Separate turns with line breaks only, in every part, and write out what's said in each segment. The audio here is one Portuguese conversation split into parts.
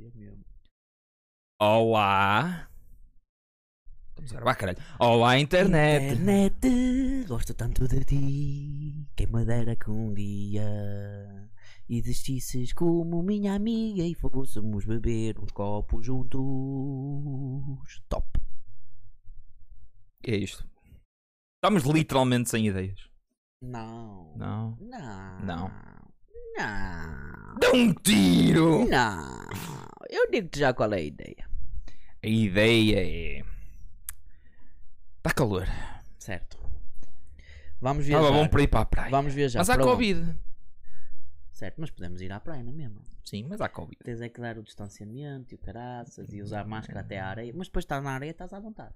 mesmo.
Olá. Estamos a gravar, caralho. Olá, internet.
Internet, gosto tanto de ti. Quem me dera que um dia existisses como minha amiga e fôssemos beber uns copos juntos. Top.
É isto. Estamos literalmente sem ideias.
Não.
Não.
Não.
Não.
Não.
Dá um tiro!
Não. Eu digo-te já qual é a ideia.
A ideia é. Está calor.
Certo. Vamos viajar.
Estava Tá bom para ir para a praia.
Vamos viajar.
mas há
para onde?
Covid.
Certo, mas podemos ir à praia, não é mesmo?
Sim, mas há Covid.
Tens é que dar o distanciamento e o caraças e
Uhum.
usar máscara
É.
até à areia. Mas depois estás na areia, estás à vontade.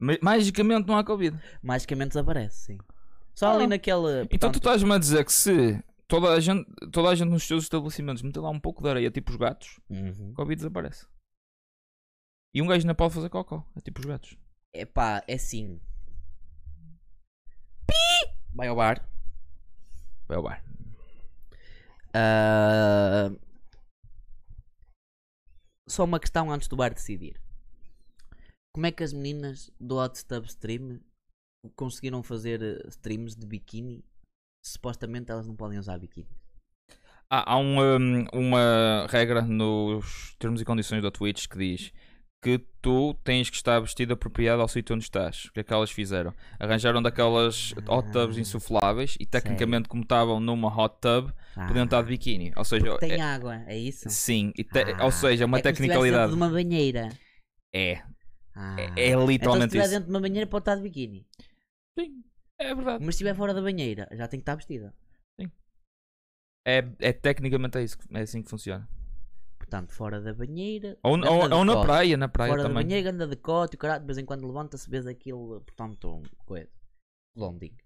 Ma- magicamente não há Covid.
Magicamente desaparece, sim. Só ali
Ah.
naquela.
Então tu
portanto,
estás-me a dizer que se toda a gente, toda a gente nos seus estabelecimentos meter lá um pouco de areia, tipo os gatos,
Uhum.
o Covid desaparece. E um gajo não pode fazer cocó, é tipo os gatos.
É pá, é sim. Pi! Vai ao bar.
Vai ao É bar.
Ah, Só uma questão antes do bar decidir. Como é que as meninas do Hot Tub Stream conseguiram fazer eh, streams de biquíni? se Supostamente elas não podem usar biquíni.
Ah, há um, hum, uma regra nos termos e condições da Twitch que diz que tu tens que estar vestido apropriado ao sítio onde estás. O que é que elas fizeram? Arranjaram daquelas hot tubs
Ah,
insufláveis e tecnicamente, como estavam numa hot tub,
Ah,
podiam estar de biquíni. Ou seja,
Tem
é-
água, é isso?
sim, e te-
Ah,
ou seja, uma
é como se estivesse dentro
tecnicalidade.
de uma banheira.
É,
Ah.
é, é
então, se
literalmente
estiver
isso.
dentro de uma banheira, pode estar de biquíni.
Sim, é verdade.
Mas se estiver fora da banheira, já tem que estar vestida.
É, é tecnicamente é isso, que- é assim que funciona.
Portanto, fora da banheira.
Ou,
ganda
ou-
decote.
ou na praia, na praia
Fora da
também.
banheira, anda de cote, o caralho, de vez em quando levanta-se, vês aquilo, portanto, um coisa. Blonding.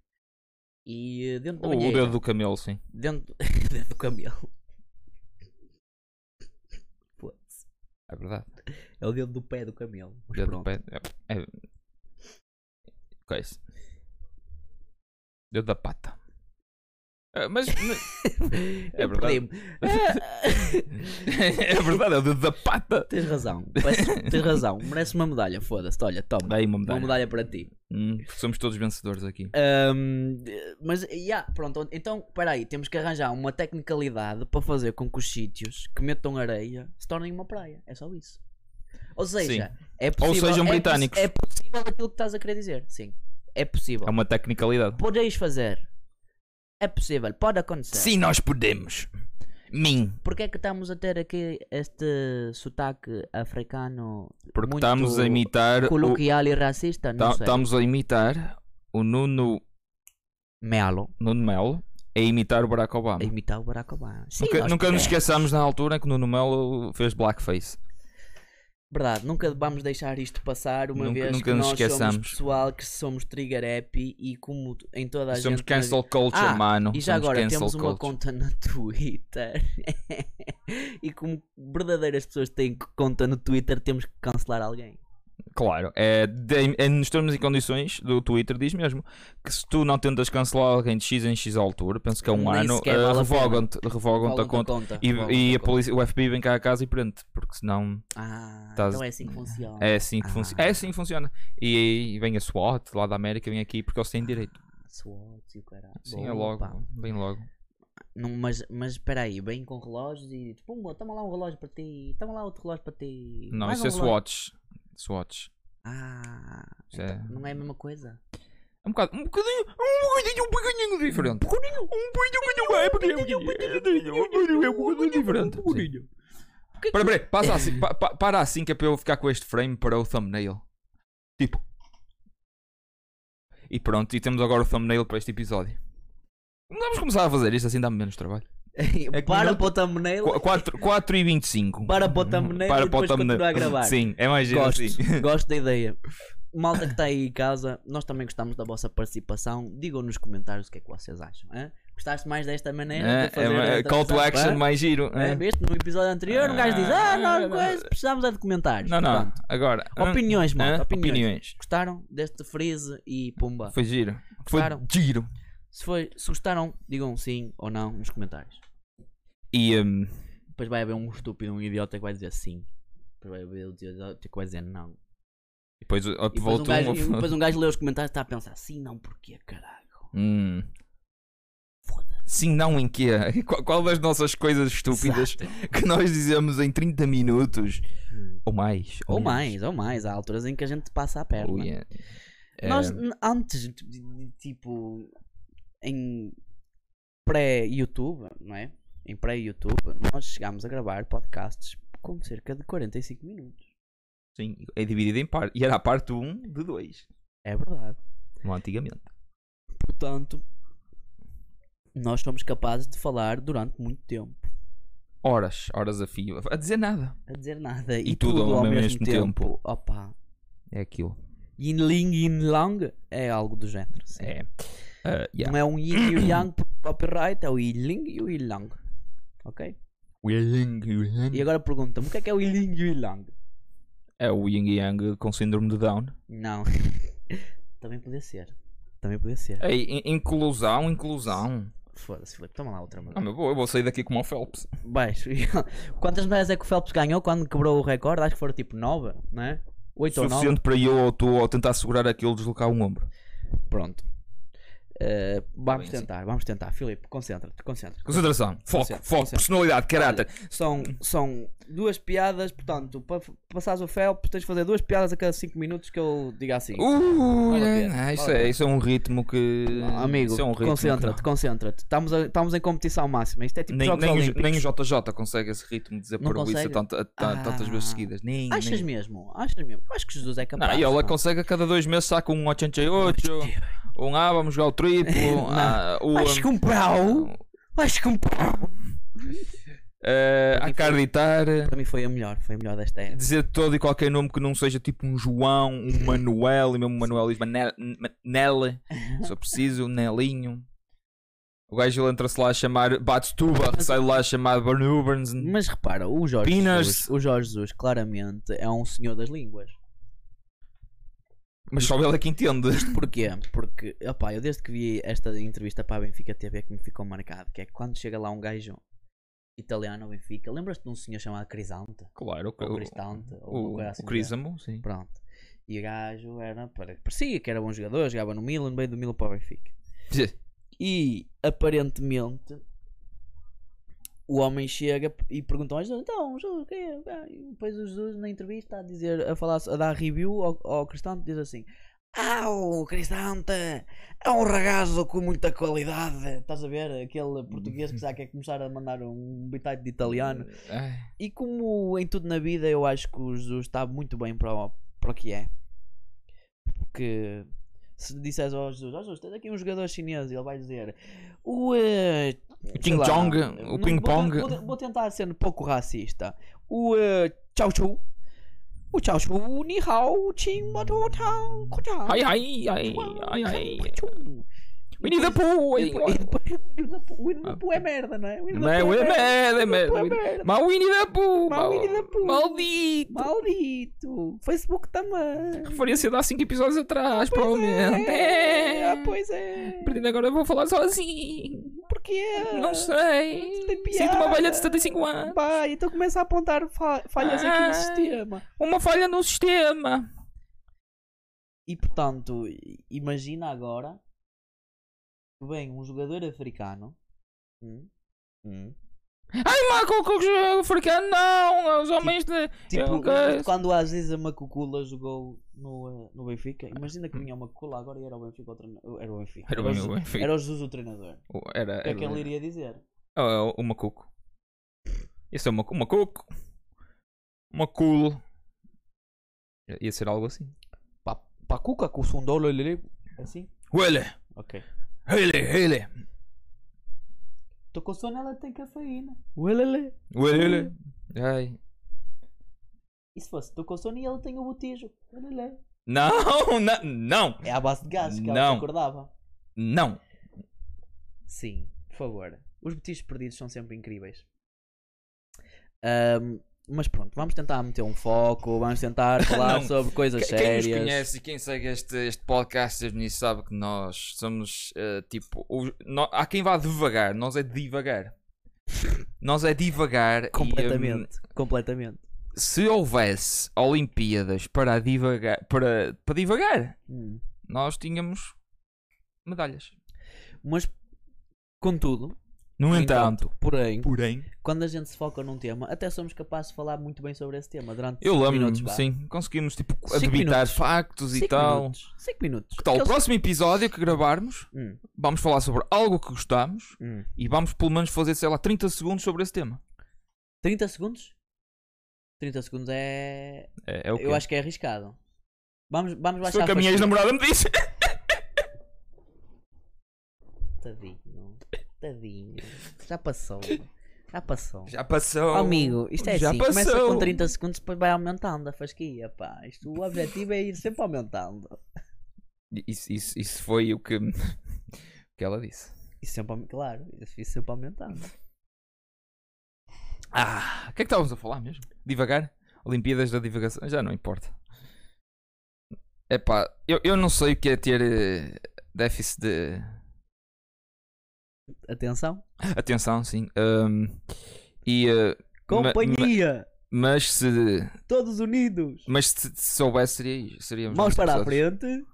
E eh, dentro da
Ou Uh, o
banheira.
dedo do camelo, sim.
Dentro, dentro do camelo. Foda-se.
É verdade.
É o dedo do pé do camelo. Mas
Dedo do
pronto.
pé. É. é... Coisa. Dedo da pata.
Ah,
É, mas. É
Eu
verdade.
perdi-me. Ah.
é verdade, é o dedo da pata.
Tens razão, Parece- tens razão, merece uma medalha, foda-se, olha, toma,
Daí uma
uma
medalha.
medalha para ti.
Hum, porque somos todos vencedores aqui.
Ahm, mas, yeah, pronto, então, peraí, temos que arranjar uma tecnicalidade para fazer com que os sítios que metam areia se tornem uma praia, é só isso. Ou seja, é possível,
sejam
é possi-
britânicos.
É, possível aquilo que estás a querer dizer, sim, é possível.
É uma tecnicalidade.
Podeis fazer, é possível, pode acontecer.
Sim, nós podemos. Mim.
Porque é que estamos a ter aqui este sotaque africano
Porque
Muito
estamos a imitar. o-
coloquial e racista? Não
ta-
sei.
Estamos a imitar o Nuno,
Melo
Nuno Melo a imitar o Barack Obama.
a imitar o Barack Obama. Sim,
Nunca,
nós
nunca nos
podemos.
esqueçamos na altura em que o Nuno Melo fez blackface.
Verdade, nunca vamos deixar isto passar uma
Nunca-
vez
nunca
que
nos
nós
esqueçamos.
somos pessoal que somos trigger happy e como t- em toda a
Somos
gente na
cancel culture,
Ah,
mano.
vida- E já
Somos
agora
cancel
temos uma
culture.
conta na Twitter e como verdadeiras pessoas têm c- conta no Twitter temos que cancelar alguém.
Claro, é, de- é nos termos e condições do Twitter diz mesmo que se tu não tentas cancelar alguém de X em X altura, penso que é um
Nem
ano,
sequer
eh,
vale a
revogam-te revogam
Rolam-te
a
a
conta
conta,
e,
rolam-te
e a
conta.
polícia, o FBI vem cá a casa e prende, porque senão
Ah,
Tás-
então é assim que funciona.
Tá é assim que,
Ah.
funci- é assim que funciona. E, e vem a SWAT lá da América, vem aqui porque eles têm direito.
Ah, SWAT e o caralho.
Sim, é
Boa,
logo,
pá.
bem logo.
Não, mas, mas espera aí, bem com relógios e tipo, pumba, toma lá um relógio para ti, toma lá outro relógio para ti.
Não,
mais
isso
um
é
relógio.
SWATs. SWATs.
Ah,
Isso
então
é-
não é a mesma coisa?
É um bocado, um bocadinho, um bocadinho, um bocadinho diferente. Um bocadinho, um bocadinho, é porque- é um bocadinho, é um bocadinho diferente. Sim.
Porquê que
Espera, espera, passa assim, pa- pa- para assim que é para eu ficar com este frame para o thumbnail. Tipo. E pronto, e temos agora o thumbnail para este episódio. Vamos começar a fazer isto, assim dá-me menos trabalho.
tu-
É que
para
minuto-
para o thumbnail,
4, 4 e 25.
para para o thumbnail
Para
e
para o
depois continua a gravar.
Sim, é mais giro
gosto,
assim.
gosto da ideia. Malta que está aí em casa, nós também gostamos da vossa participação. Digam nos comentários o que é que vocês acham. hã? Gostaste mais desta maneira?
É,
de fazer
é,
Né? a
call to
transação,
action
hã?
mais giro.
É,
é.
Viste? No episódio anterior, um gajo diz: Ah,
Ah,
não,
não.
coisa, precisamos é de comentários.
Não, não,
Pronto.
agora.
Opiniões,
Hã?
malta, opiniões.
Opiniões.
Gostaram deste freeze e pumba.
Foi giro. Foi
Gostaram?
giro.
Se, foi, se gostaram, digam sim ou não nos comentários.
E hum,
Depois vai haver um estúpido, um idiota que vai dizer sim. Depois vai haver outro idiota que vai dizer não.
E depois
E depois,
volta
um gajo, e
um.
depois um gajo lê os comentários e está a pensar sim, não, porquê, caralho.
Hum.
Foda-se.
Sim, não em quê? Qual, qual das nossas coisas estúpidas
Exato.
que nós dizemos em 30 minutos? Ou mais.
Ou
menos.
mais, ou mais. Há alturas em que a gente passa a perna.
Oh, yeah.
Nós
Eh,
n- antes, de- de- de- tipo, em pré-YouTube, não é? Em pré-YouTube, nós chegámos a gravar podcasts com cerca de 45 minutos.
Sim, é dividido em partes. E era a parte 1 de 2.
É verdade.
Não antigamente.
Portanto, nós somos capazes de falar durante muito tempo.
Horas, horas a fio. A dizer nada.
A dizer nada. E,
E tudo ao mesmo tempo.
Opa.
É aquilo.
Yin Ling Yin Lang é algo do género. sim.
É. Eh, yeah.
Não é um Yin e o Yang por copyright, é o Yin Ling e o Yin Lang. Ok?
O Yin e o
E
Yang.
agora pergunta-me o que é que é o Yin e o Yin Lang?
É o Yin e Yang com síndrome de Down.
Não. Também podia ser. Também podia ser.
Ei, É, in- inclusão, inclusão.
Foda-se, Filipe. Toma lá outra
Não,
maneira.
mas vou, eu vou sair daqui como o Phelps.
Baixo. Quantas medalhas é que o Phelps ganhou quando quebrou o recorde? Acho que foram tipo 9, não é? 8 ou 9.
Suficiente para eu ou tu ou tentar segurar aquilo deslocar um ombro.
Pronto. Eh, vamos
Bem, sim.
tentar, vamos tentar. Filipe, concentra-te, concentra-te.
Concentração, foco,
Concentra-
foco,
concentra.
personalidade, caráter.
São, são duas piadas, portanto, para f- passares o Phelps, tens de fazer duas piadas a cada 5 minutos que eu diga assim.
Uh,
Fala,
é,
Pedro,
é, isso,
fala,
é, isso é um ritmo que.
Ah, Amigo,
isso é um ritmo que
concentra-te, concentra-te. Estamos, a- estamos em competição máxima. Isto é
não-
tipo
Nem,
jogos
nem, os-
olímpicos.
nem o JJ consegue esse ritmo de dizer
Não
por
consegue? Ah.
tantas vezes seguidas. Nem,
Achas
nem.
mesmo? Achas mesmo? Eu acho que Jesus é capaz.
Não, e ela
pá.
consegue a cada dois meses saca um 88,
é.
um ah, vamos jogar o triplo. ah, o,
Vais comprá-lo? Vais comprá-lo?
ah, acarditar.
Para mim foi a melhor, foi a melhor desta era.
dizer todo e qualquer nome que não seja tipo um João, um Manuel, e mesmo o Manuel diz Manel, Ma- Nele, se eu preciso, Nelinho. O gajo ele entra-se lá a chamar Batutuba, sai lá a chamar Bernubens.
Mas repara, o Jorge
Pinas.
Jesus, o Jorge Jesus claramente é um senhor das línguas.
Mas só ele é que entende.
Porquê? Porque, opá, eu desde que vi esta entrevista para a Benfica TV que me ficou marcado, que é que quando chega lá um gajo italiano ao Benfica, lembras-te de um senhor chamado Crisante?
Claro,
Ou
o,
Cristante? ou uma
o,
coisa assim
o
do
Crisamo, sim.
Pronto. E o gajo era, pare- parecia que era bom jogador, jogava no Milan, veio do Milan para o Benfica. E aparentemente o homem chega e pergunta ao Jesus, então, Jesus, o que é? E depois o Jesus na entrevista a dizer, a falar, a dar review ao, ao Cristante, diz assim: Ah, o Cristante é um ragazzo com muita qualidade. Estás a ver? Aquele português que já quer começar a mandar um bitite de italiano.
Ai,
E como em tudo na vida, eu acho que o Jesus está muito bem para o, para o que é. Porque se disseres ao Jesus, ó Jesus, tens aqui um jogador chinês, e ele vai dizer o. eh, sei
King
lá,
Jong,
não-
o
vou-
Ping Pong.
Vou, vou tentar ser um pouco racista. O eh, Chao Chu. O Chao Chu, Ni Hao, Qing, Ma Tao, Tao, Ko Tao,
ai, ai, ai, ai, ai.
Chum.
Winnie the Pooh, é ai,
E depois- e depois- O Winnie the Pooh é merda, não é? O Winnie the
Não é,
Pooh
é merda, é
O Winnie the Pooh
merda.
é merda.
Mau Winnie the Pooh,
Mau
mau-
Winnie the Pooh.
maldito.
Maldito! Facebook tá também!
Referência de há 5 episódios atrás, provavelmente.
É, ah, pois é!
Perdendo agora eu vou falar sozinho.
Porquê?
Não sei.
Isso Ah, tem piada.
Sinto uma velha de 75 anos.
Pá, então começa a apontar fa- falhas aqui
Ai.
no sistema.
Uma falha no sistema.
E portanto, i- imagina agora que vem um jogador africano. Hum? Hum.
Ai, Marco, africano, não. Os homens de.
Tipo,
Eu
lembra-te
gosto.
quando às vezes a Macucula jogou no, eh, no Benfica. Imagina que vinha o Macucula agora e era o Benfica. o treina- Era o Benfica.
Era o
Ju-
meu, enfim.
era o Jesus o treinador.
Era,
O que é que
era-
ele iria dizer?
Oh, o macuco. Esse é o macu- macuco. Maculo. Ia ser algo assim.
Pa- Pacuca com o Sundolo ele assim?
Ele,
Ok.
ele, ele.
Tô com sono, ela tem cafeína. Uelele.
Ele,
Hum.
ele. Ai.
E se fosse, tô com sono e ela tem o botijo. Uelele.
Não, não, não,
É à base de gás que ela
Não.
se acordava.
não.
Sim, por favor. Os botijos perdidos são sempre incríveis. Ahm, mas pronto, vamos tentar meter um foco, vamos tentar falar
Não.
sobre coisas
Que- Quem
sérias.
nos conhece e quem segue este, este podcast desde o início sabe que nós somos eh, tipo. o- nó- há quem vá devagar, nós é devagar. Nós é divagar. E, hum,
Completamente. Completamente.
se houvesse Olimpíadas para divagar, para, para divagar,
Hum.
nós tínhamos medalhas.
Mas, contudo,
No
porém,
porém,
quando a gente se foca num tema, até somos capazes de falar muito bem sobre esse tema durante
eu
cinco
lembro-me,
minutos, vá.
sim, conseguimos tipo
Cinco
debitar
minutos.
factos e
Cinco
tal.
Minutos. Cinco minutos.
Que tal? O
Aqueles-
próximo episódio que gravarmos,
Hum,
vamos falar sobre algo que gostamos
hum.
e vamos pelo menos fazer, sei lá, 30 segundos sobre esse tema.
30 segundos? 30 segundos é.
É, é o que
Eu acho que é arriscado. Vamos, vamos baixar
Só que a minha
fasquia.
ex-namorada me disse.
Tadinho. Tadinho. Já passou. Já passou.
Já passou.
Oh, amigo, isto é
Já
assim. Começa
passou.
com 30 segundos, depois vai aumentando a fasquia, pá. Isto, o objetivo é ir sempre aumentando.
Isso, isso, isso foi o que, o que ela disse.
E sempre, aum- claro, isso isso sempre aumentando.
Ah, o que é que estávamos a falar mesmo? Divagar? Olimpíadas da divagação? Já não importa. É pá, eu, eu não sei o que é ter eh, déficit de
Atenção.
atenção, sim. Ahm, e, eh, ma- ma-
Companhia!
mas se,
Todos unidos!
mas se, se soubesse, seria, isto, seríamos mais
Mãos para a
episódios.
frente.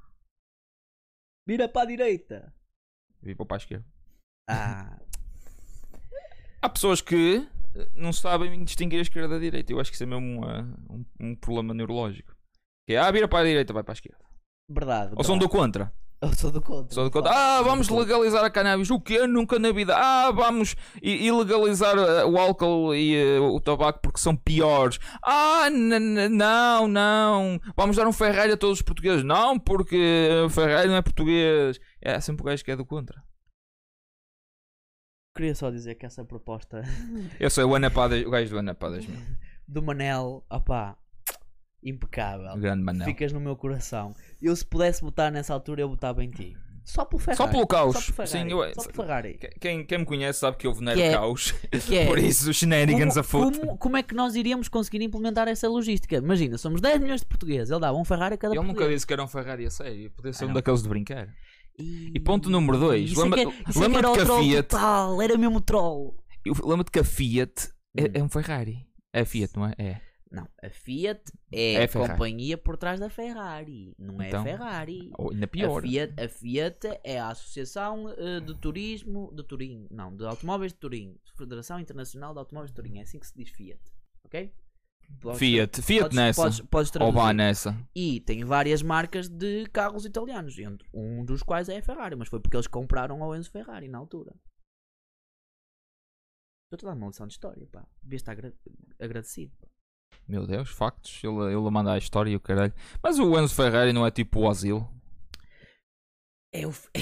Vira para a direita.
E vou para a esquerda.
Ah,
Há pessoas que eh, não sabem distinguir a esquerda da direita. Eu acho que isso é mesmo uma- um, um problema neurológico. Que é, ah, vira para a direita, vai para a esquerda.
verdade.
Ou são do
verdade.
contra.
Eu sou do contra.
Só de conta, ah,
pá. Sou Então do
vamos
contra.
legalizar a cannabis. O quê? Nunca na vida. Ah, vamos i- ilegalizar eh, o álcool e eh, o tabaco porque são piores. Ah, n- n- não, não. Vamos dar um Ferrari a todos os portugueses. Não, porque o Ferrari não é português. É sempre o gajo que é do contra.
Queria só dizer que essa proposta
Eu sei, o, Ana Pá dois- o gajo do Ana Pá 2000.
do Manel, opá, impecável.
O grande Manel.
Ficas no meu coração. Eu, se pudesse votar nessa altura, eu votava em ti. Só pelo Ferrari.
Só pelo caos.
Só por
Sim,
Ferrari.
eu-
Só por Ferrari.
quem, quem me conhece sabe que eu venero
Que é-
caos.
Que é,
Por isso, os shenanigans a
como,
foto.
como, como é que nós iríamos conseguir implementar essa logística? Imagina, somos 10 milhões de portugueses. Ele dava um Ferrari a cada
Ele nunca
português.
disse que era um Ferrari a sério. Podia ser
Ah,
um
não.
daqueles de brincar.
E,
E ponto número 2.
Isso é que era- isso é que
Lembra-te
era o
que a
troll
Fiat.
total, era mesmo o troll.
eu Lembro-te que a Fiat
Hum.
é, é um Ferrari. É a Fiat, não é? É.
Não, a Fiat é,
É
a
a Ferrari.
companhia por trás da Ferrari, não é
Então,
a Ferrari.
Ou ainda
A
pior.
Fiat, a Fiat é a Associação eh, de Turismo de Turim, não, de Automóveis de Turim, Federação Internacional de Automóveis de Turim, é assim que se diz Fiat, ok? Podes-
Fiat. Fiat
podes-
nessa.
podes- podes
Ou vá
traduzir.
nessa.
E tem várias marcas de carros italianos, entre um dos quais é a Ferrari, mas foi porque eles compraram ao Enzo Ferrari na altura. Estou-te a dar uma lição de história, pá. Devia estar agra- agradecido. pá.
Meu Deus, factos. Ele, ele manda a história e o caralho. Mas o Enzo Ferrari não é tipo o Asilo.
É o, é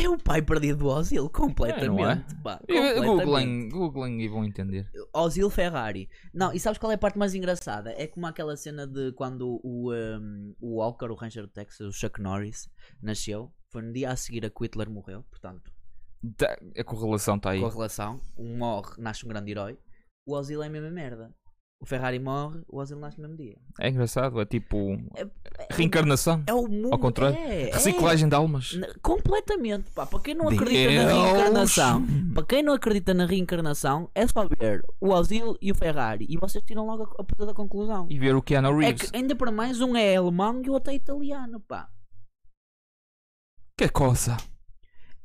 o, é o pai perdido do Ozil, completamente.
É, não é?
Pá,
E-
completamente.
Googlem, Googlem e vão entender.
Ozil Ferrari. Não, e sabes qual é a parte mais engraçada? É como aquela cena de quando o, um, o Walker, o Ranger do Texas, o Chuck Norris, nasceu. Foi no dia a seguir a que o Hitler morreu, portanto,
Tá- a correlação está aí.
com a relação, um morre, nasce um grande herói. O Ozil é a mesma merda. O Ferrari morre, o Ozil nasce no mesmo dia.
É engraçado. É tipo.
É-
Reencarnação.
É o mundo.
Ao contrário,
é, é.
Reciclagem de almas.
Na- Completamente, pá. Para quem não acredita na
Deus. Hum.
reencarnação, Para quem não acredita na reencarnação, é só ver o Ozil e o Ferrari e vocês tiram logo a, a puta da conclusão.
E ver o Keanu
É
Reeves.
que ainda para mais um é alemão e o outro é italiano, pá.
Que coisa.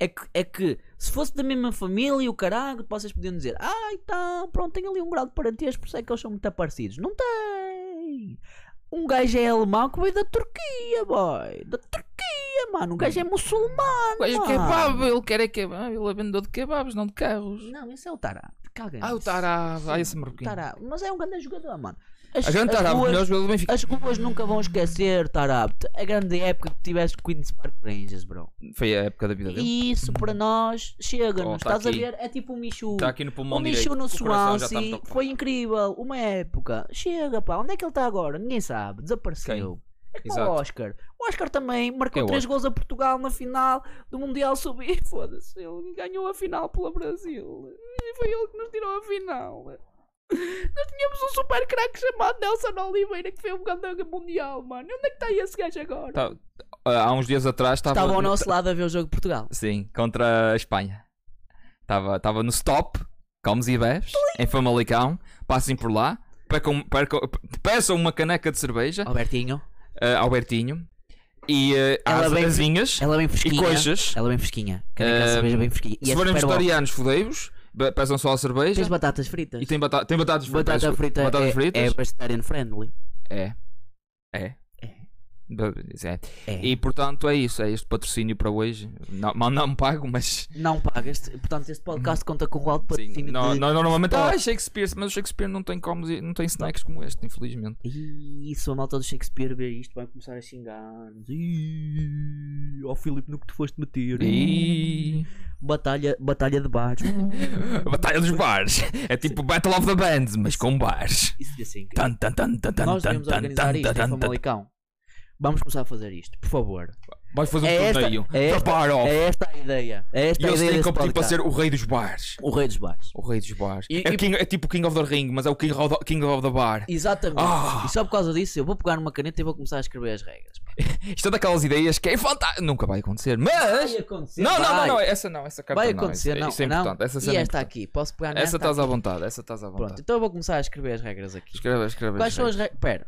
É que, é que se fosse da mesma família e o caralho, vocês podiam dizer Ah, então, pronto, tem ali um grau de parentesco, por isso é que eles são muito parecidos. Não tem! Um gajo é alemão que veio da Turquia, boy. Da Turquia, mano. Um gajo é muçulmano.
O gajo
mano.
kebab, ele quer é kebab, ele é vendedor de kebabs, não de carros.
Não, esse é o Tarab. Caguem.
Ah, o Tarab, ah, esse marroquino.
Tarab. Mas é um grande jogador, mano. As,
A grande
as
Tarab,
duas-
melhor jogador do Benfica.
As ruas nunca vão esquecer, Tarapte. A grande época que tiveste com o Queen's Park Rangers, bro.
Foi a época da vida dele.
E isso para nós chega-nos.
Oh, tá
Estás a
aqui. Tá
ver? É tipo o Michu.
Está aqui no
o
pulmão direito.
Michu no
o coração já está
Swansea
muito
foi incrível. Uma época. Chega, pá. Onde é que ele está agora? Ninguém sabe. Desapareceu. É como
Exato.
o Oscar. O Oscar também marcou
É o
três gols a Portugal na final do Mundial Subir. Foda-se. Ele ganhou a final pelo Brasil. E foi ele que nos tirou a final. Nós tínhamos um super craque chamado Nelson Oliveira que foi um grande mundial, mano. Onde é que está esse gajo agora?
Tá- Ah, Há uns dias atrás estava.
Estava ao nosso lado a ver o jogo de Portugal.
Sim, contra a Espanha. Estava, estava no stop comes e bebes em Famalicão, passem por lá, pecam- percam- peçam uma caneca de cerveja,
Albertinho,
eh, Albertinho, e eh,
Ela
às
bem-
asinhas,
ela é bem
e
fresquinha.
coisas.
Ela é bem fresquinha. Caneca de
Ahm,
cerveja bem fresquinha. E
Se
é
forem
super bom.
vegetarianos, fodei-vos, be- peçam só a cerveja.
Tens batatas fritas.
E tem, batata, tem batatas fritas.
Batata frita
batatas
é, é
fritas.
vegetarian friendly.
É. É.
É.
Be- isso é.
É.
E portanto é isso, é este patrocínio para hoje. Não, não, não pago, mas.
Não pagas. Portanto, este podcast conta com o alto
Sim,
patrocínio
não,
de...
não, normalmente.
Sport.
Ah, Shakespeare, mas o Shakespeare não tem, comedy, não tem snacks como este, infelizmente.
E se a malta do Shakespeare ver isto vai começar a xingar-nos. Ih, Ó Filipe, no que tu foste meter.
E...
Batalha, batalha de bares.
Batalha dos bares. É tipo Battle of the Bands, mas com bares.
Isso é assim.
Tan, tan, tan, tan, tan,
Nós
tan,
devemos
tan,
organizar
tan,
isto é
tan,
em
tan.
Famalicão. Vamos começar a fazer isto, por favor.
Vais fazer um
É esta-
torneio.
é esta-
Tapar off.
É esta a ideia. É esta
E
a
eles têm
ideia
que
desse
competir para
podcast.
ser o rei dos bares.
o rei dos bares.
O rei dos bares.
E-
é,
e-
King- é tipo King of the Ring, mas é o King of the, King of the Bar.
Exatamente.
Ah!
E só por causa disso eu vou pegar uma caneta e vou começar a escrever as regras. pá.
Isto é daquelas ideias que é fantástico. Nunca vai acontecer, mas.
Vai acontecer.
Não, não, não,
vai.
não, essa não, essa carta não.
Vai
isso-
acontecer, não.
Isso é
não.
importante. Essa
e
cena é
esta
importante.
aqui, posso pegar nesta
Essa estás à
aqui?
vontade, essa estás à vontade.
Pronto, então eu vou começar a escrever as regras aqui.
Escreve, escreve.
Quais são
escreve.
as regras? Pera,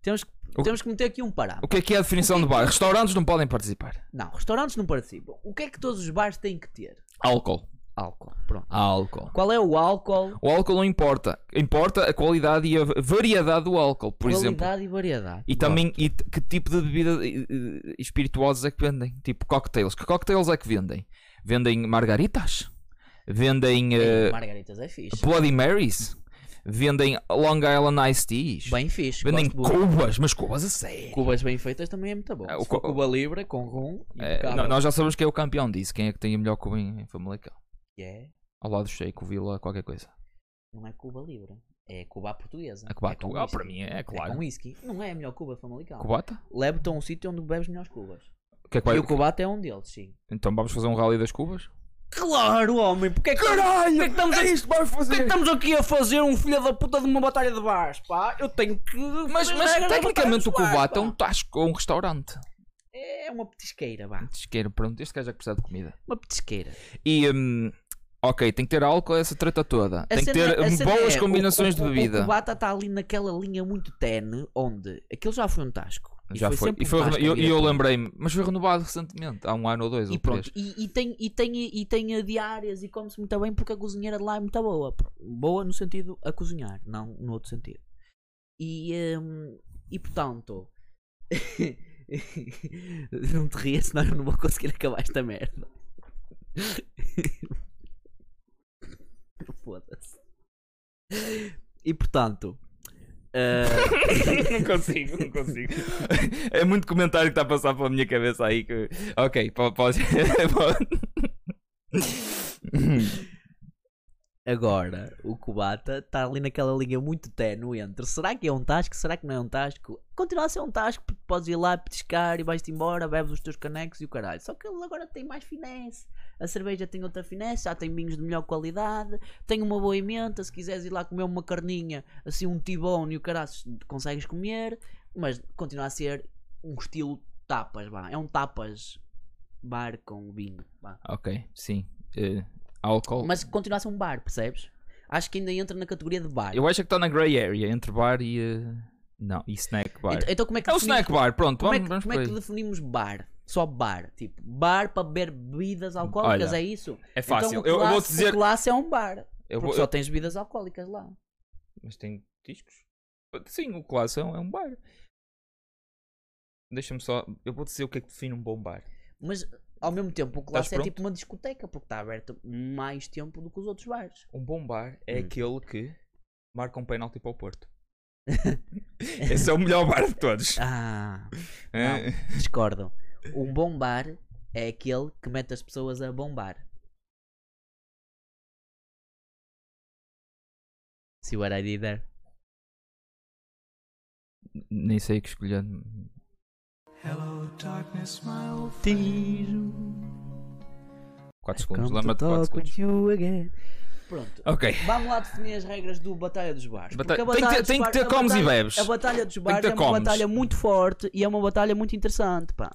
temos que,
O-
temos que meter aqui um parâmetro.
O que é que é a definição de bar? Restaurantes não podem participar.
Não, restaurantes não participam. O que é que todos os bares têm que ter?
Álcool.
Álcool. Pronto.
Álcool.
Qual é o álcool?
O álcool não importa. Importa a qualidade e a variedade do álcool, por exemplo.
qualidade e variedade.
E também e t- que tipo de bebida eh, eh, espirituosos é que vendem? Tipo cocktails. Que cocktails é que vendem? Vendem margaritas? Vendem eh,
Ei, Margaritas é fixe.
Bloody Marys? Vendem Long Island Ice Teas?
Bem fixe.
Vendem
gosto muito.
cubas, mas cubas a sério.
Cubas bem feitas também é muito bom.
Ah, o
Se for
cu-
Cuba Libre com rum.
Eh,
impecável.
nó- nós já sabemos quem é o campeão disso. Quem é que tem a melhor cuba em, em Famalicão?
Yeah,
Ao lado do Sheiko, Vila, qualquer coisa.
Não é Cuba Libre. É Cuba à portuguesa.
A cubata.
É com
ah,
whisky.
para mim é,
É com
claro.
whisky. Não é a melhor Cuba de Famalicão.
Cubata?
Levo-te a um sítio onde bebes melhores cubas.
O que é que vai-
E o Cubata é um deles, sim.
Então vamos fazer um rally das cubas?
Claro, homem, porque é que
Caralho!
que estamos a-
é isto que vai
Por que é que
fazer?
estamos aqui a fazer um filho da puta de uma batalha de bares, pá? Eu tenho que.
Mas,
fazer
mas
regras da
tecnicamente o
batalha de
cubata é um
bares,
tasco ou um restaurante.
pá. É uma petisqueira, vá.
Tisqueiro, pronto, este gajo é que precisa de comida.
Uma petisqueira.
E, hum, ok, tem que ter álcool, essa treta toda.
A
tem que
cena-
ter
a
hum,
cena
boas
é, o-
combinações
o-
de bebida.
O cubata está ali naquela linha muito tene, onde aquilo já foi um tasco. E
Já foi.
sempre
E
um
foi
tasco a
eu,
vida
eu
toda.
lembrei-me, mas foi renovado recentemente, há um ano ou dois
E
ou
pronto,
três.
e, e tem, e, tem, e tem a diárias e come-se muito bem porque a cozinheira de lá é muito boa. Pr- Boa no sentido a cozinhar, não no outro sentido. E, hum, e portanto, não te rias, senão eu não vou conseguir acabar esta merda. Foda-se. E portanto, ah,
não consigo, não consigo. é muito comentário que está a passar pela minha cabeça aí. Que... Ok, po- pode.
agora o Cubata está ali naquela linha muito tenue entre será que é um tasco, será que não é um tasco? Continua a ser um tasco porque podes ir lá petiscar e vais-te embora, bebes os teus canecos e o caralho. Só que ele agora tem mais finesse. A cerveja tem outra finesse, já tem vinhos de melhor qualidade, tem uma boa emenda. Se quiseres ir lá comer uma carninha, assim um tibone e o caralho, consegues comer, mas continua a ser um estilo tapas, vá. É um tapas bar com vinho, vá.
ok, sim. eh, álcool.
Mas continua a ser um bar, percebes? Acho que ainda entra na categoria de bar.
Eu acho é que está na grey area, entre bar e. eh, Não, e snack bar.
Ent- Então como é que
É o
definimos-
snack bar, pronto,
Como é,
vamos,
que,
vamos
como é que
por aí.
definimos bar? Só bar, tipo, bar para beber bebidas alcoólicas,
Olha,
é isso?
É fácil,
Então,
eu, eu
o classe,
vou te dizer.
O classe é um bar,
Eu
porque
vou-
só
eu-
tens bebidas alcoólicas lá.
Mas tem discos? Sim, o classe é um, é um bar. Deixa-me só. Eu vou dizer o que é que define um bom bar.
Mas ao mesmo tempo, o classe é
pronto?
tipo uma discoteca, porque está aberta mais tempo do que os outros bares.
Um bom bar é
Hum.
aquele que marca um penalti para o Porto. Esse é o melhor bar de todos.
Ah,
É.
discordo. Um bom bar é aquele que mete as pessoas a bombar. See what I did there?
Nem sei o que escolher.
Hello, darkness, my old friend.
4 segundos, lembra-te 4 segundos.
Pronto.
Ok.
Vamos lá definir as regras do Batalha dos Bares.
Bata-
Porque a
tem que
Batalha
ter-
dos
tem que
Bares-
ter
a
comes e
batalha-
bebes.
A Batalha dos
que
Bares
ter
é uma
comes.
batalha muito forte e é uma batalha muito interessante, pá.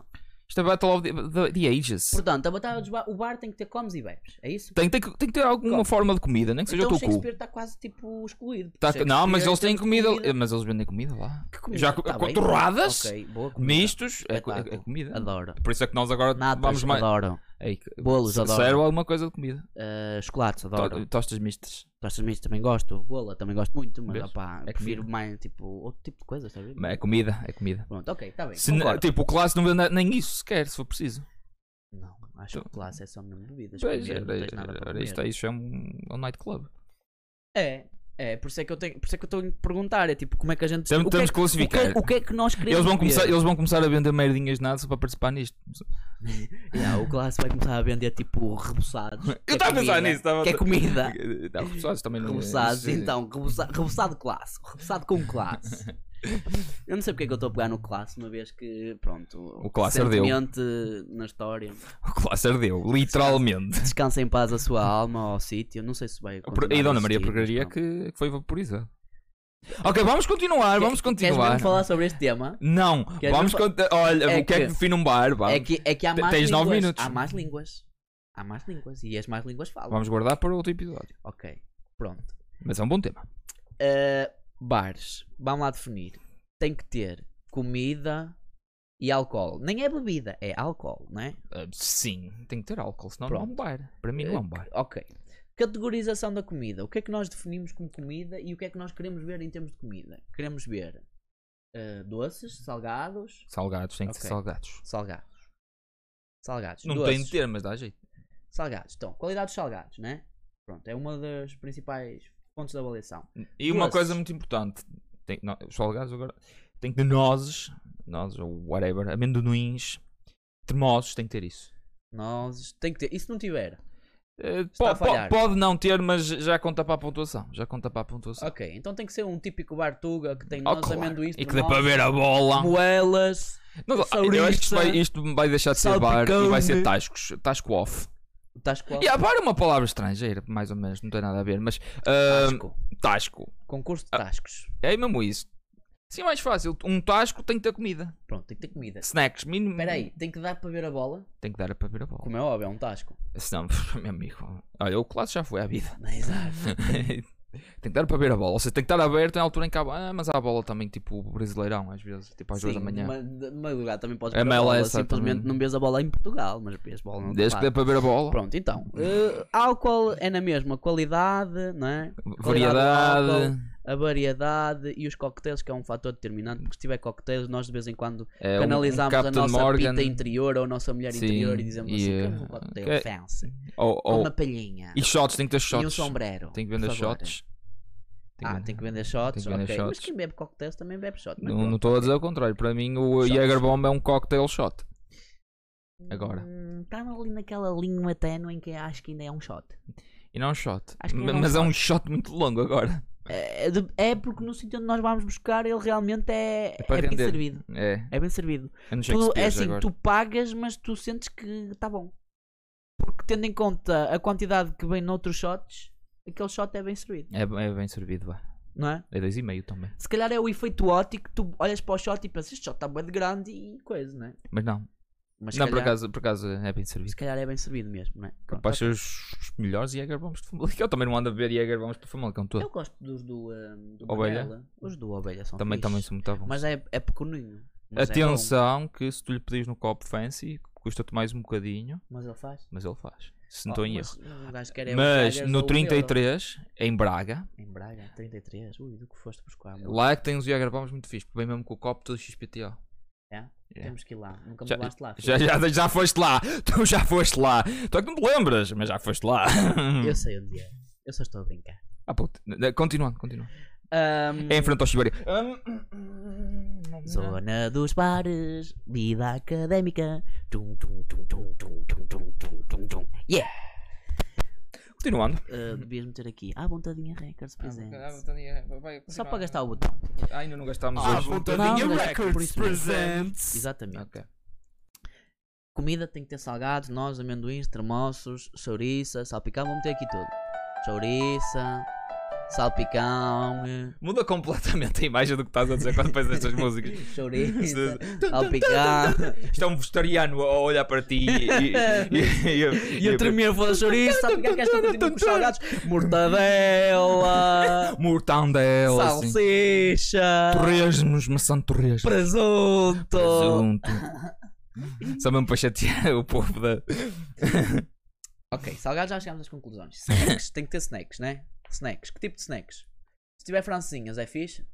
Isto é Battle of the, the- the Ages.
Portanto, a batalha dos ba- o bar tem que ter comes e bebes, é isso?
Tem, tem, que, tem que ter alguma
Como?
forma de comida, nem que seja
então
o
o
teu cu.
Shakespeare está quase tipo excluído. porque
Tá- não, mas
Shakespeare
eles têm
tem
comida, Mas eles vendem comida lá.
Que comida?
Já co-
Tá
co-
bem.
torradas,
Ok, boa comida.
Mistos. É, co- é- é
Espetáculo.
comida.
Adoro.
Por isso é que nós agora
Natas,
vamos mais.
adoro.
Ei, que-
Bolos,
se-
adoro.
Serve alguma coisa de comida.
Ah, chocolates,
To-
adoro.
Tostas mistas.
Tostas mistas também gosto. Bola também gosto muito, mas
Vês?
opá,
É
prefiro
comida.
mais tipo outro tipo de coisas, sabe?
É comida, é comida.
Pronto, ok, está bem.
Se n-
concordo.
tipo, o clássico não vende nem isso sequer, se for preciso.
Não, acho que classe é só mesmo bebidas.
Então- Pois,
comer,
era,
não tens nada para
era,
comer.
isto, é- isto é um, um nightclub.
É, é, por isso é que eu tenho, por isso é que eu estou a perguntar, é tipo, como é que a gente
Temos-
o
temos
é,
que classificar.
O que, é, o que é que é. nós queremos?
Eles vão, começar,
ver?
eles vão começar a vender merdinhas nada só para participar nisto.
Yeah, o classe vai começar a vender tipo reboçados. que é
Eu estava a pensar
comida,
nisso. Estava...
Que é comida.
Não, reboçados também não é-
Reboçados,
sim.
então, reboça- reboçado classe, reboçado com classe. Eu não sei porque é que eu estou a pegar no classe, uma vez que, pronto,
O classe ardeu.
recentemente na história,
O classe ardeu, literalmente.
descansa em paz a sua alma ao sítio, não sei se vai continuar
E
a então.
Dona Maria
existir, mas
Porcaria
pronto.
que foi vaporizada. Ok, vamos continuar, vamos
Queres mesmo
continuar.
falar sobre este tema?
Não,
Queres
vamos
mesmo
continuar. Olha,
É
o que é
que-
que define um bar? vá?
É que, é que há
Te-
mais
tens
línguas.
nove minutos.
Há mais línguas. Há mais línguas. E as mais línguas falam.
Vamos guardar para outro episódio.
Ok. Pronto.
Mas é um bom tema.
Uh, bares. Vamos lá definir. Tem que ter comida e álcool. Nem é bebida, é álcool, não é?
Ah, sim, tem que ter álcool, senão não é um
Pronto.
bar. Para mim não é um bar.
Ok. Categorização da comida. O que é que nós definimos como comida e o que é que nós queremos ver em termos de comida? Queremos ver uh, doces, salgados.
Salgados, tem que ser
Ok.
salgados.
Salgados. Salgados.
Não
doces.
tem de ter, mas dá jeito.
Salgados. Então, qualidade dos salgados, né? Pronto, é uma das principais fontes de avaliação.
E uma
Doces.
coisa muito importante: tem, no- os salgados agora tem que ter nozes, nozes ou whatever, amendoins, termosos, tem que ter isso.
Nós tem que ter. E se não tiver?
Eh, po-
Está a
po-
falhar.
pode não ter, mas já conta para a pontuação. Já conta para a pontuação.
Ok, então tem que ser um típico bartuga que tem
Oh,
nós
claro.
amendoins,
E que dê
nozes,
para ver a bola.
moelas,
Não, não, eu acho que isto
Sauriça.
vai, isto vai deixar de ser bar e vai ser
Salpicão.
tascos. Tasco off.
tasco
E a bar é uma palavra estrangeira, mais ou menos, não tem nada a ver, mas. ah,
tasco.
tasco.
Concurso de tascos.
É mesmo isso. Sim, é mais fácil. Um tasco tem que ter comida.
Pronto, tem que ter comida.
Snacks, mínimo.
Espera aí, tem que dar para ver a bola?
Tem que dar para ver a bola.
Como é óbvio, é um tasco.
Senão, meu amigo. Olha, o clássico já foi à vida.
Exato.
tem que dar para ver a bola. Ou seja, tem que estar aberto em altura em que há. Ah, mas há a bola também, tipo, brasileirão, às vezes, tipo às duas da manhã.
ma- de- no meio lugar também podes
É
ver a bola.
MLS,
Simplesmente
também.
não vês a bola em Portugal, mas vês a bola no
Desde que dê para ver a bola.
Pronto, então. eh, álcool é na mesma qualidade, não é? Qualidade do
Variedade.
álcool, a variedade e os coquetéis, que é um fator determinante, porque se tiver coquetéis, nós de vez em quando
É, um- um
canalizamos a
Captain
nossa
Morgan.
pita interior ou a nossa mulher
Sim,
interior e dizemos assim:
e,
queremos um
eh,
coquetel
que-
fancy,
Ou-
com
ou-
uma palhinha
E shots, tem que ter
e um
shots.
sombrero.
Tem que
por
vender
favor." é.
shots.
Ah, tem que vender shots,
tem que vender
ok. Mas
shots.
quem bebe coquetéis também bebe shots. mas
Não não
pronto,
estou a
ok.
dizer o contrário. Para mim, o
Shots.
Jäger Bomb é um cocktail shot. agora.
Está Hum, tá ali naquela linha ténue em que acho que ainda é um shot.
E não um shot.
Acho que é
Ma-
um
Mas é um shot muito longo agora.
É, de- é porque no sítio onde nós vamos buscar ele realmente é,
É para
é bem
render.
servido.
É.
É bem servido.
É no
Tu, é
Shakespeare
assim,
agora.
tu pagas, mas tu sentes que está bom. Porque tendo em conta a quantidade que vem noutros shots, aquele shot é bem servido,
É, é bem servido, vá.
não é?
É dois e meio também.
Se calhar é o efeito ótico que tu olhas para o shot e pensas, este shot está bem de grande e coisa, não é?
Mas não.
Mas se
não, por
calhar,
acaso, por acaso é bem servido.
se calhar é bem servido mesmo, não é? Pronto,
Capaz de
ok.
ser os os melhores Jäger Bombs de Famalicão. Eu também não ando a ver Jäger Bombs de Famalicão todo.
Eu gosto dos do, hum, do
Ovelha?
Manela. Os do ovelha são
Também,
fixe.
também são muito bons.
Mas é, é pequenino. Mas é bom.
Atenção, que se tu lhe pedires no copo fancy, custa-te mais um bocadinho,
mas ele faz.
mas ele faz. Se não estou em erro.
Mas, um gajo quer é o
Mas
Jaggers ou
no
o
33, em Braga,
Euro. Em Braga, 33. Ui, do que foste buscar? mano?
lá é que tem uns Jäger Bombs muito fixe. Bem mesmo com o copo todo XPTO. é.
Temos que ir lá. Nunca me
Já-
levaste lá.
Já,
filho.
já, já foste lá, tu já foste lá. Tu é que não te lembras, mas já foste lá.
Eu sei onde é. Eu só estou a brincar.
Ah, puto. Continuando, continuando.
Ahm,
É em frente ao hum, Chibaria. hum,
Zona dos bares, vida académica. Tum, tum, tum, tum, tum, tum, tum, tum, tum, tum. Yeah!
hum. Continuando.
Ah, devias meter aqui. À vontadinha Records
Ah,
presente. é.
Só
Só para gastar o botão.
Ainda não é gastámos
Ah,
hoje.
vontadinha Não, mas Records por isso mesmo. presents. Exatamente.
Ok.
Comida tem que ter salgados, nós, amendoins, termoços, chouriça, salpicão. Vamos meter aqui tudo. Chouriça, salpicão, eh,
Muda completamente a imagem do que estás a dizer quando pões estas músicas.
chouriço, salpicão.
Isto é um vegetariano a olhar para ti e, e, e, e-
E eu
e-
tremia vou chouriço, salpicão, que é esta continua com os salgados. Mortadela,
Mortandela, assim.
salsicha,
Torresmos, maçã de torresmo.
presunto.
Presunto. Só mesmo para chatear o povo da.
Ok, salgados já chegámos às conclusões. Snacks, tem que ter snacks, né? Snacks, que tipo de snacks? Se tiver francinhas é fixe?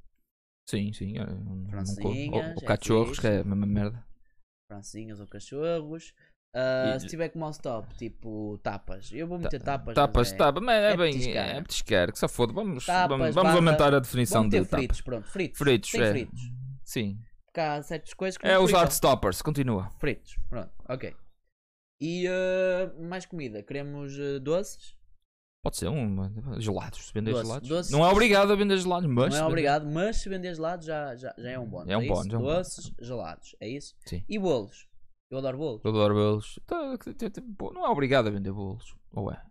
Sim, sim. é, não- não co-
Francinhas,
ou- ou
é
cachorros,
fixe.
que é a mesma merda.
Francinhas ou cachorros. Ah,
E-
se tiver como stop, tipo tapas. Eu vou meter tapas. mas
Tapas,
é-
tapas, mas é,
é
bem.
petiscar.
É petiscar, que só foda. Vamos,
Tapas,
vamos, vamos
barra-
aumentar a
Vou
definição
meter
de tapa.
fritos, pronto. Fritos.
Fritos,
Tem
é.
fritos.
Sim.
Porque há certas coisas que
É
não
os
fritam.
art stoppers, continua.
Fritos, pronto, ok. E ah, mais comida. Queremos ah, doces?
Pode ser um, gelados, se vender
Doce,
gelados.
doce.
Não é obrigado a vender gelados, mas.
não é obrigado, mas se vender gelados já, já, já é um bónus.
É um
isso?
bónus, é um bónus.
Doces, gelados, é isso?
Sim.
E bolos. Eu adoro bolos.
Eu adoro bolos. Tá, que- te- te- bo- Não é obrigado a vender bolos. Ou é?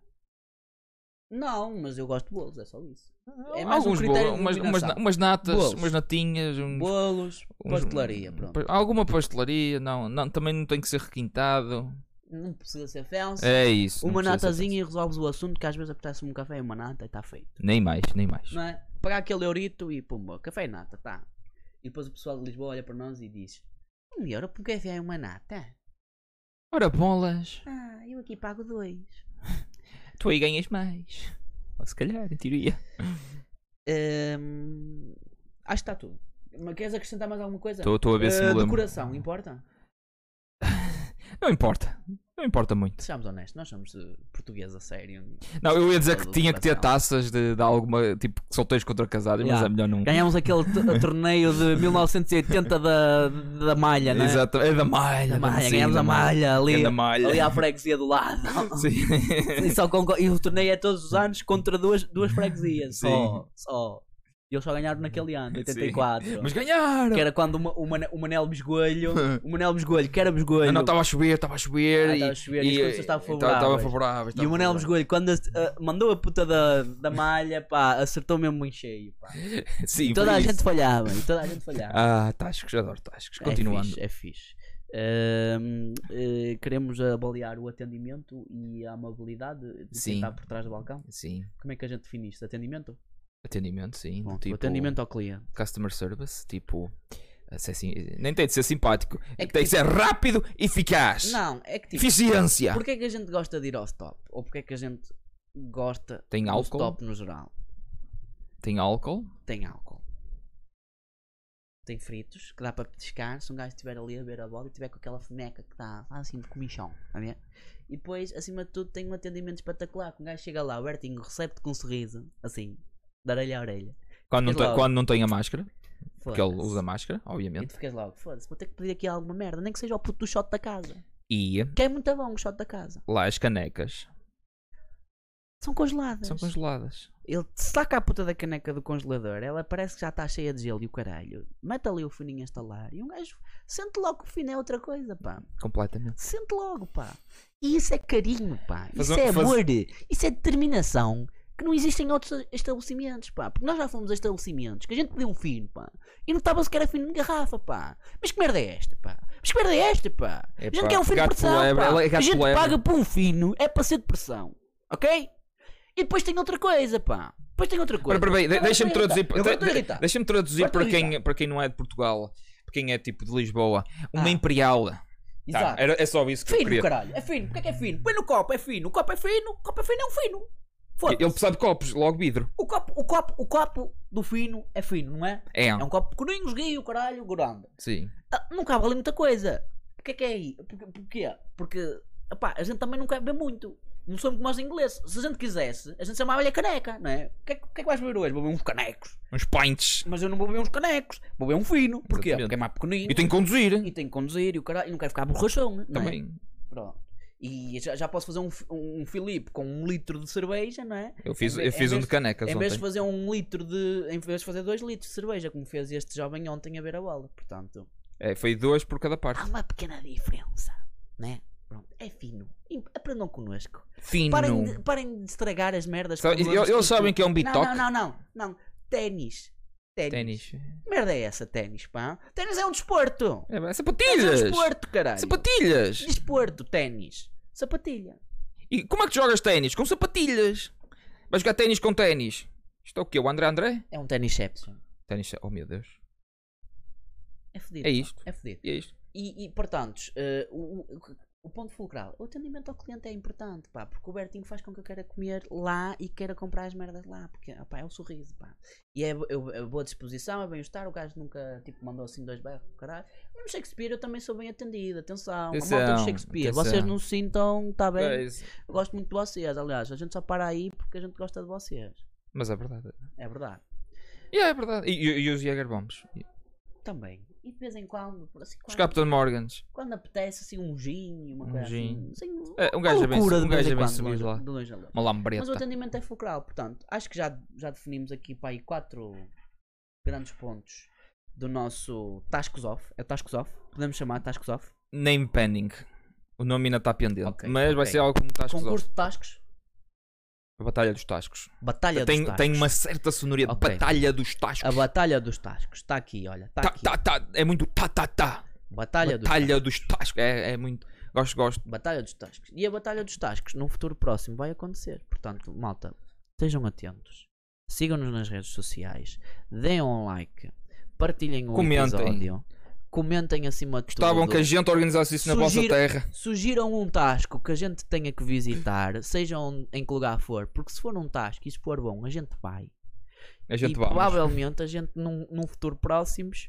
Não, mas eu gosto de bolos, é só isso. É mais um
Ah, Alguns
critério
bolos, umas,
de
umas,
iluminação.
na- umas natas,
Bolos.
umas natinhas, uns,
Bolos,
uns-
pastelaria, pronto.
Um pa- Alguma pastelaria, não, não, também não tem que ser requintado.
Não precisa ser fancy.
É isso. não
uma
precisa ser
natazinha e resolves o assunto, que às vezes apetece um café e uma nata e está feito.
fancy. Nem mais, nem mais.
Não é? Pagar aquele eurito e pumba, café e nata, tá. E depois o pessoal de Lisboa olha para nós e diz: Um euro por um café e uma nata?
Ora, bolas,
Ah, eu aqui pago dois.
tu aí ganhas mais. Ou se calhar, em teoria.
Hum, acho que está tudo. Mas queres acrescentar mais alguma coisa?
Estou a ver se
Ah,
me lembro.
decoração, importa?
Não importa. Não importa muito.
Sejamos honestos, nós somos eh, portugueses a sério.
Não, eu ia dizer que
Todo
tinha que ter
coração.
taças de, de alguma, tipo, solteiros contra casados, mas
Yeah.
é melhor não.
Ganhámos aquele t- torneio de 1980 da, da malha, né?
Exato, é da malha. mesmo
Da malha,
assim,
ganhámos
da
a malha
É
ali,
da malha.
ali à freguesia do lado.
Sim.
E, só com- e o torneio é todos os anos contra duas, duas freguesias.
Sim.
Só, só. E eles só ganharam naquele ano, 84.
Mas ganharam!
Que era quando uma- o, Mane- o Manel Bisgoelho, o Manel Bisgoelho, que era Bisgoelho,
Ah, não, estava a chover, estava a chover.
Ah,
e-
estava a chover,
e-
as coisas estavam
e tava- tava
favoráveis.
favoráveis,
e
tava
o Manel
favoráveis.
Bisgoelho, quando ah, mandou a puta da, da malha, pá, acertou mesmo em cheio, pá.
Sim,
E toda
foi
a
isso.
gente falhava, e toda a gente falhava.
Ah, Tascos, adoro Tascos.
É
Continuando.
fixe. é fixe. Ahm, eh, queremos avaliar o atendimento e a amabilidade de
Sim.
quem está por trás do balcão.
Sim,
Como é que a gente define isto? Atendimento?
atendimento, sim. do
Bom,
tipo,
o atendimento ao cliente.
Customer service, tipo. se é sim- nem tem de ser simpático.
É que
tem de ser rápido e eficaz.
Não, é que tipo,
Eficiência.
porque é que a gente gosta de ir ao stop? Ou porque é que a gente gosta
Tem
do
álcool?
stop no geral?
Tem álcool?
Tem álcool. Tem fritos que dá para petiscar se um gajo estiver ali a ver a bola e estiver com aquela fomeca que está assim de comichão, está a ver? E depois, acima de tudo, tem um atendimento espetacular. Que um gajo chega lá, o Bertinho recebe-te com um sorriso, assim, da orelha a orelha.
Quando não,
Diz
tem-
lá.
quando não tem a máscara. Porque ele
Foda-se.
usa máscara,
E
obviamente.
tu ficas logo, foda-se, vou ter que pedir aqui alguma merda, nem que seja ao puto do shot da casa.
E
Que é muito bom o shot da casa.
lá as canecas
São congeladas.
são congeladas.
Ele saca a puta da caneca do congelador, ela parece que já está cheia de gelo e o caralho. Mete ali o fininho a estalar e um gajo sente logo que o fino é outra coisa, pá.
Completamente.
Sente logo, pá. E isso é carinho, pá.
Faz
Isso
um-
é
faz-
amor. Isso é determinação. Que não existem outros estabelecimentos, pá. Porque nós já fomos a estabelecimentos que a gente pediu um fino, pá. E não estava sequer a fino de garrafa, pá. Mas que merda é esta, pá? Mas que merda é esta, pá?
É,
a gente
pá,
quer um fino de
gato
pressão,
lebre,
pá.
ela é gato
a gente
lebre.
paga por um fino, é para ser de pressão. Ok? E depois tem outra coisa, pá. Depois tem outra coisa.
Ora, peraí, de-
Agora
deixa-me
estou
traduzir,
irritado. Agora estou
de-
irritado.
deixa-me traduzir
Agora
para
estou
quem, para quem não é de Portugal, para quem é tipo de Lisboa, uma
Ah.
imperial. Tá,
Exato.
era, é só isso que eu
Fino,
queria.
caralho. É fino. Porquê que é fino? Põe no copo, é fino. O copo é fino. O copo é fino, é um fino. Foda-se.
Ele precisava de copos, logo vidro.
O copo, o copo, o copo do fino é fino, não é?
É,
É um copo pequenininho, esguio, caralho, grande.
sim.
Ah, não cabe ali muita coisa. O que é que é aí? Por- Porquê? Porque, opá, a gente também não quer beber muito. Não somos como os ingleses. Se a gente quisesse, a gente chamava-lhe a caneca, não é? O que, é que- o que é que vais beber hoje? Vou beber uns canecos.
Uns pints.
Mas eu não vou beber uns canecos. Vou beber um fino. Porquê?
Exatamente.
Porque é mais pequenino.
E tem que conduzir.
E tem que conduzir e o caralho. E não quero ficar borrachão, não é?
Também.
Pronto. E já, já posso fazer um, fi- um Filipe com um litro de cerveja, não é?
Eu fiz,
Em ve-
eu fiz
em
um
vez-
de canecas
Em
ontem.
vez de fazer um litro de. Em vez de fazer dois litros de cerveja, como fez este jovem ontem a ver a bola. Portanto,
É, foi dois por cada
há
parte.
uma pequena diferença, né? Pronto, é fino. Imp- Aprendam connosco.
Fino.
Ah, Parem de, parem de estragar as merdas.
Sabe-
com
e-
nomes,
eles sabem
tipo,
que é um bitoque.
Não, não, não, não. não. Ténis. Ténis.
Ténis.
Que Merda é essa, ténis, pá? Ténis é um desporto.
É, mas
É um
sapatilhas!
desporto, caralho.
Sapatilhas!
Desporto, ténis. Sapatilha.
E como é que jogas ténis? Com sapatilhas! Vais jogar ténis com ténis? Isto é o quê? O André André?
É um ténisception.
Ténis, oh meu Deus.
É fodido.
É
pá.
isto.
É fodido.
E é isto?
E, e, portanto, eh, o, o- o ponto fulcral, o atendimento ao cliente é importante, pá, porque o Bertinho faz com que eu queira comer lá e queira comprar as merdas lá, porque ah, pá, é o sorriso, pá. E é, bo- eu- é boa disposição, é bem-estar, o gajo nunca tipo, mandou assim dois berros, caralho. Mesmo Shakespeare eu também sou bem atendido, atenção,
Atenção,
a malta do Shakespeare,
atenção. É
vocês não se sintam, está bem?
Guys.
Eu gosto muito de vocês, aliás, a gente só para aí porque a gente gosta de vocês,
Mas é verdade.
é verdade.
E é verdade. E, e- e os Jäger Bombs? E-
Também. E de vez em quando, por assim,
Os
quando,
Captain Morgans?
quando apetece, assim, um gin, uma
Um
coisa
gin.
assim. assim,
É, um gajo é bem,
loucura
um
de
gajo
vez
é
em
bem
quando,
subido
longe-
lá.
de longe a longe.
Uma
Mas o
lambreta.
atendimento é fulcral, portanto, acho que já, já definimos aqui para aí quatro grandes pontos do nosso Tascos Off. É o Tascos Off? Podemos chamar Tascos Off?
Name pending. O nome ainda está pendente.
Ok,
mas vai
ok.
ser algo como Tascos.
Concurso de Tascos?
A Batalha dos Tascos.
Batalha
Tem,
dos Tascos.
tem uma certa sonoria de
Ok.
Batalha dos Tascos.
A Batalha dos Tascos. Está aqui, olha. Está
Tá,
aqui.
tá, tá. É muito tá, tá, tá.
Batalha, dos
Batalha dos Tascos. É, é muito. Gosto, gosto.
Batalha dos Tascos. E a Batalha dos Tascos, num futuro próximo, vai acontecer. Portanto, malta, sejam atentos. Sigam-nos nas redes sociais. Deem um like. Partilhem o
Comentem.
episódio. Comentem acima de
Gostavam
tudo.
que a gente organizasse isso na vossa
Sugiro-
terra.
Sugiram um tasco que a gente tenha que visitar, seja onde- em que lugar for, porque se for um tasco e se for bom, a gente vai.
A gente
e
vai.
provavelmente a gente num, num futuro próximos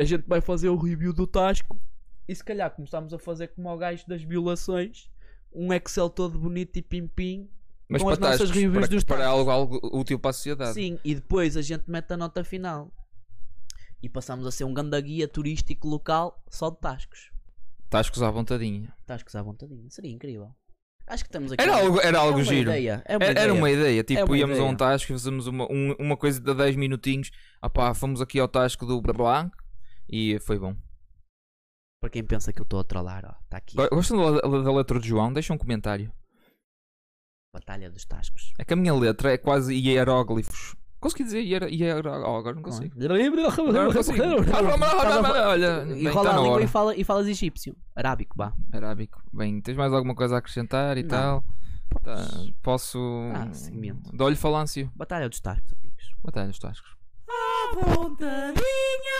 a gente vai fazer o review do tasco e se calhar começamos a fazer como ao gajo das violações, um Excel todo bonito e pim-pim.
Mas
com
para
as nossas
Tascos,
reviews
para,
dos
para algo, algo útil para a sociedade.
Sim, e depois a gente mete a nota final. E passamos a ser um ganda guia turístico local só de tascos.
Tascos à vontadinha.
Tascos à vontadinha, seria incrível. Acho que estamos aqui.
Era algo, era
É
algo
uma
giro.
ideia, é uma
Era, era
ideia.
uma ideia, tipo,
uma
íamos a um
ideia.
Tasco e fazíamos uma, um- uma coisa de 10 minutinhos. Ah pá, fomos aqui ao Tasco do Blá Blá e foi bom.
Para quem pensa que eu estou a trollar, ó, está aqui.
Go- Gostam da, da- da letra de João? Deixa um comentário.
Batalha dos Tascos.
É que a minha letra é quase hieróglifos. Consegui dizer hiero- hieróglifos? Oh, agora não consigo. Agora não consigo. Ah, Olha, bem,
E
está
rola a
na
língua
hora.
e, fala, e falas egípcio. Arábico, vá.
Arábico. Bem, tens mais alguma coisa a acrescentar e
Não.
tal? Tá, posso.
Ah, sim, minto.
Dou-lhe falâncio.
Batalha dos Tascos, amigos.
Batalha os Tascos.
Vontadinha!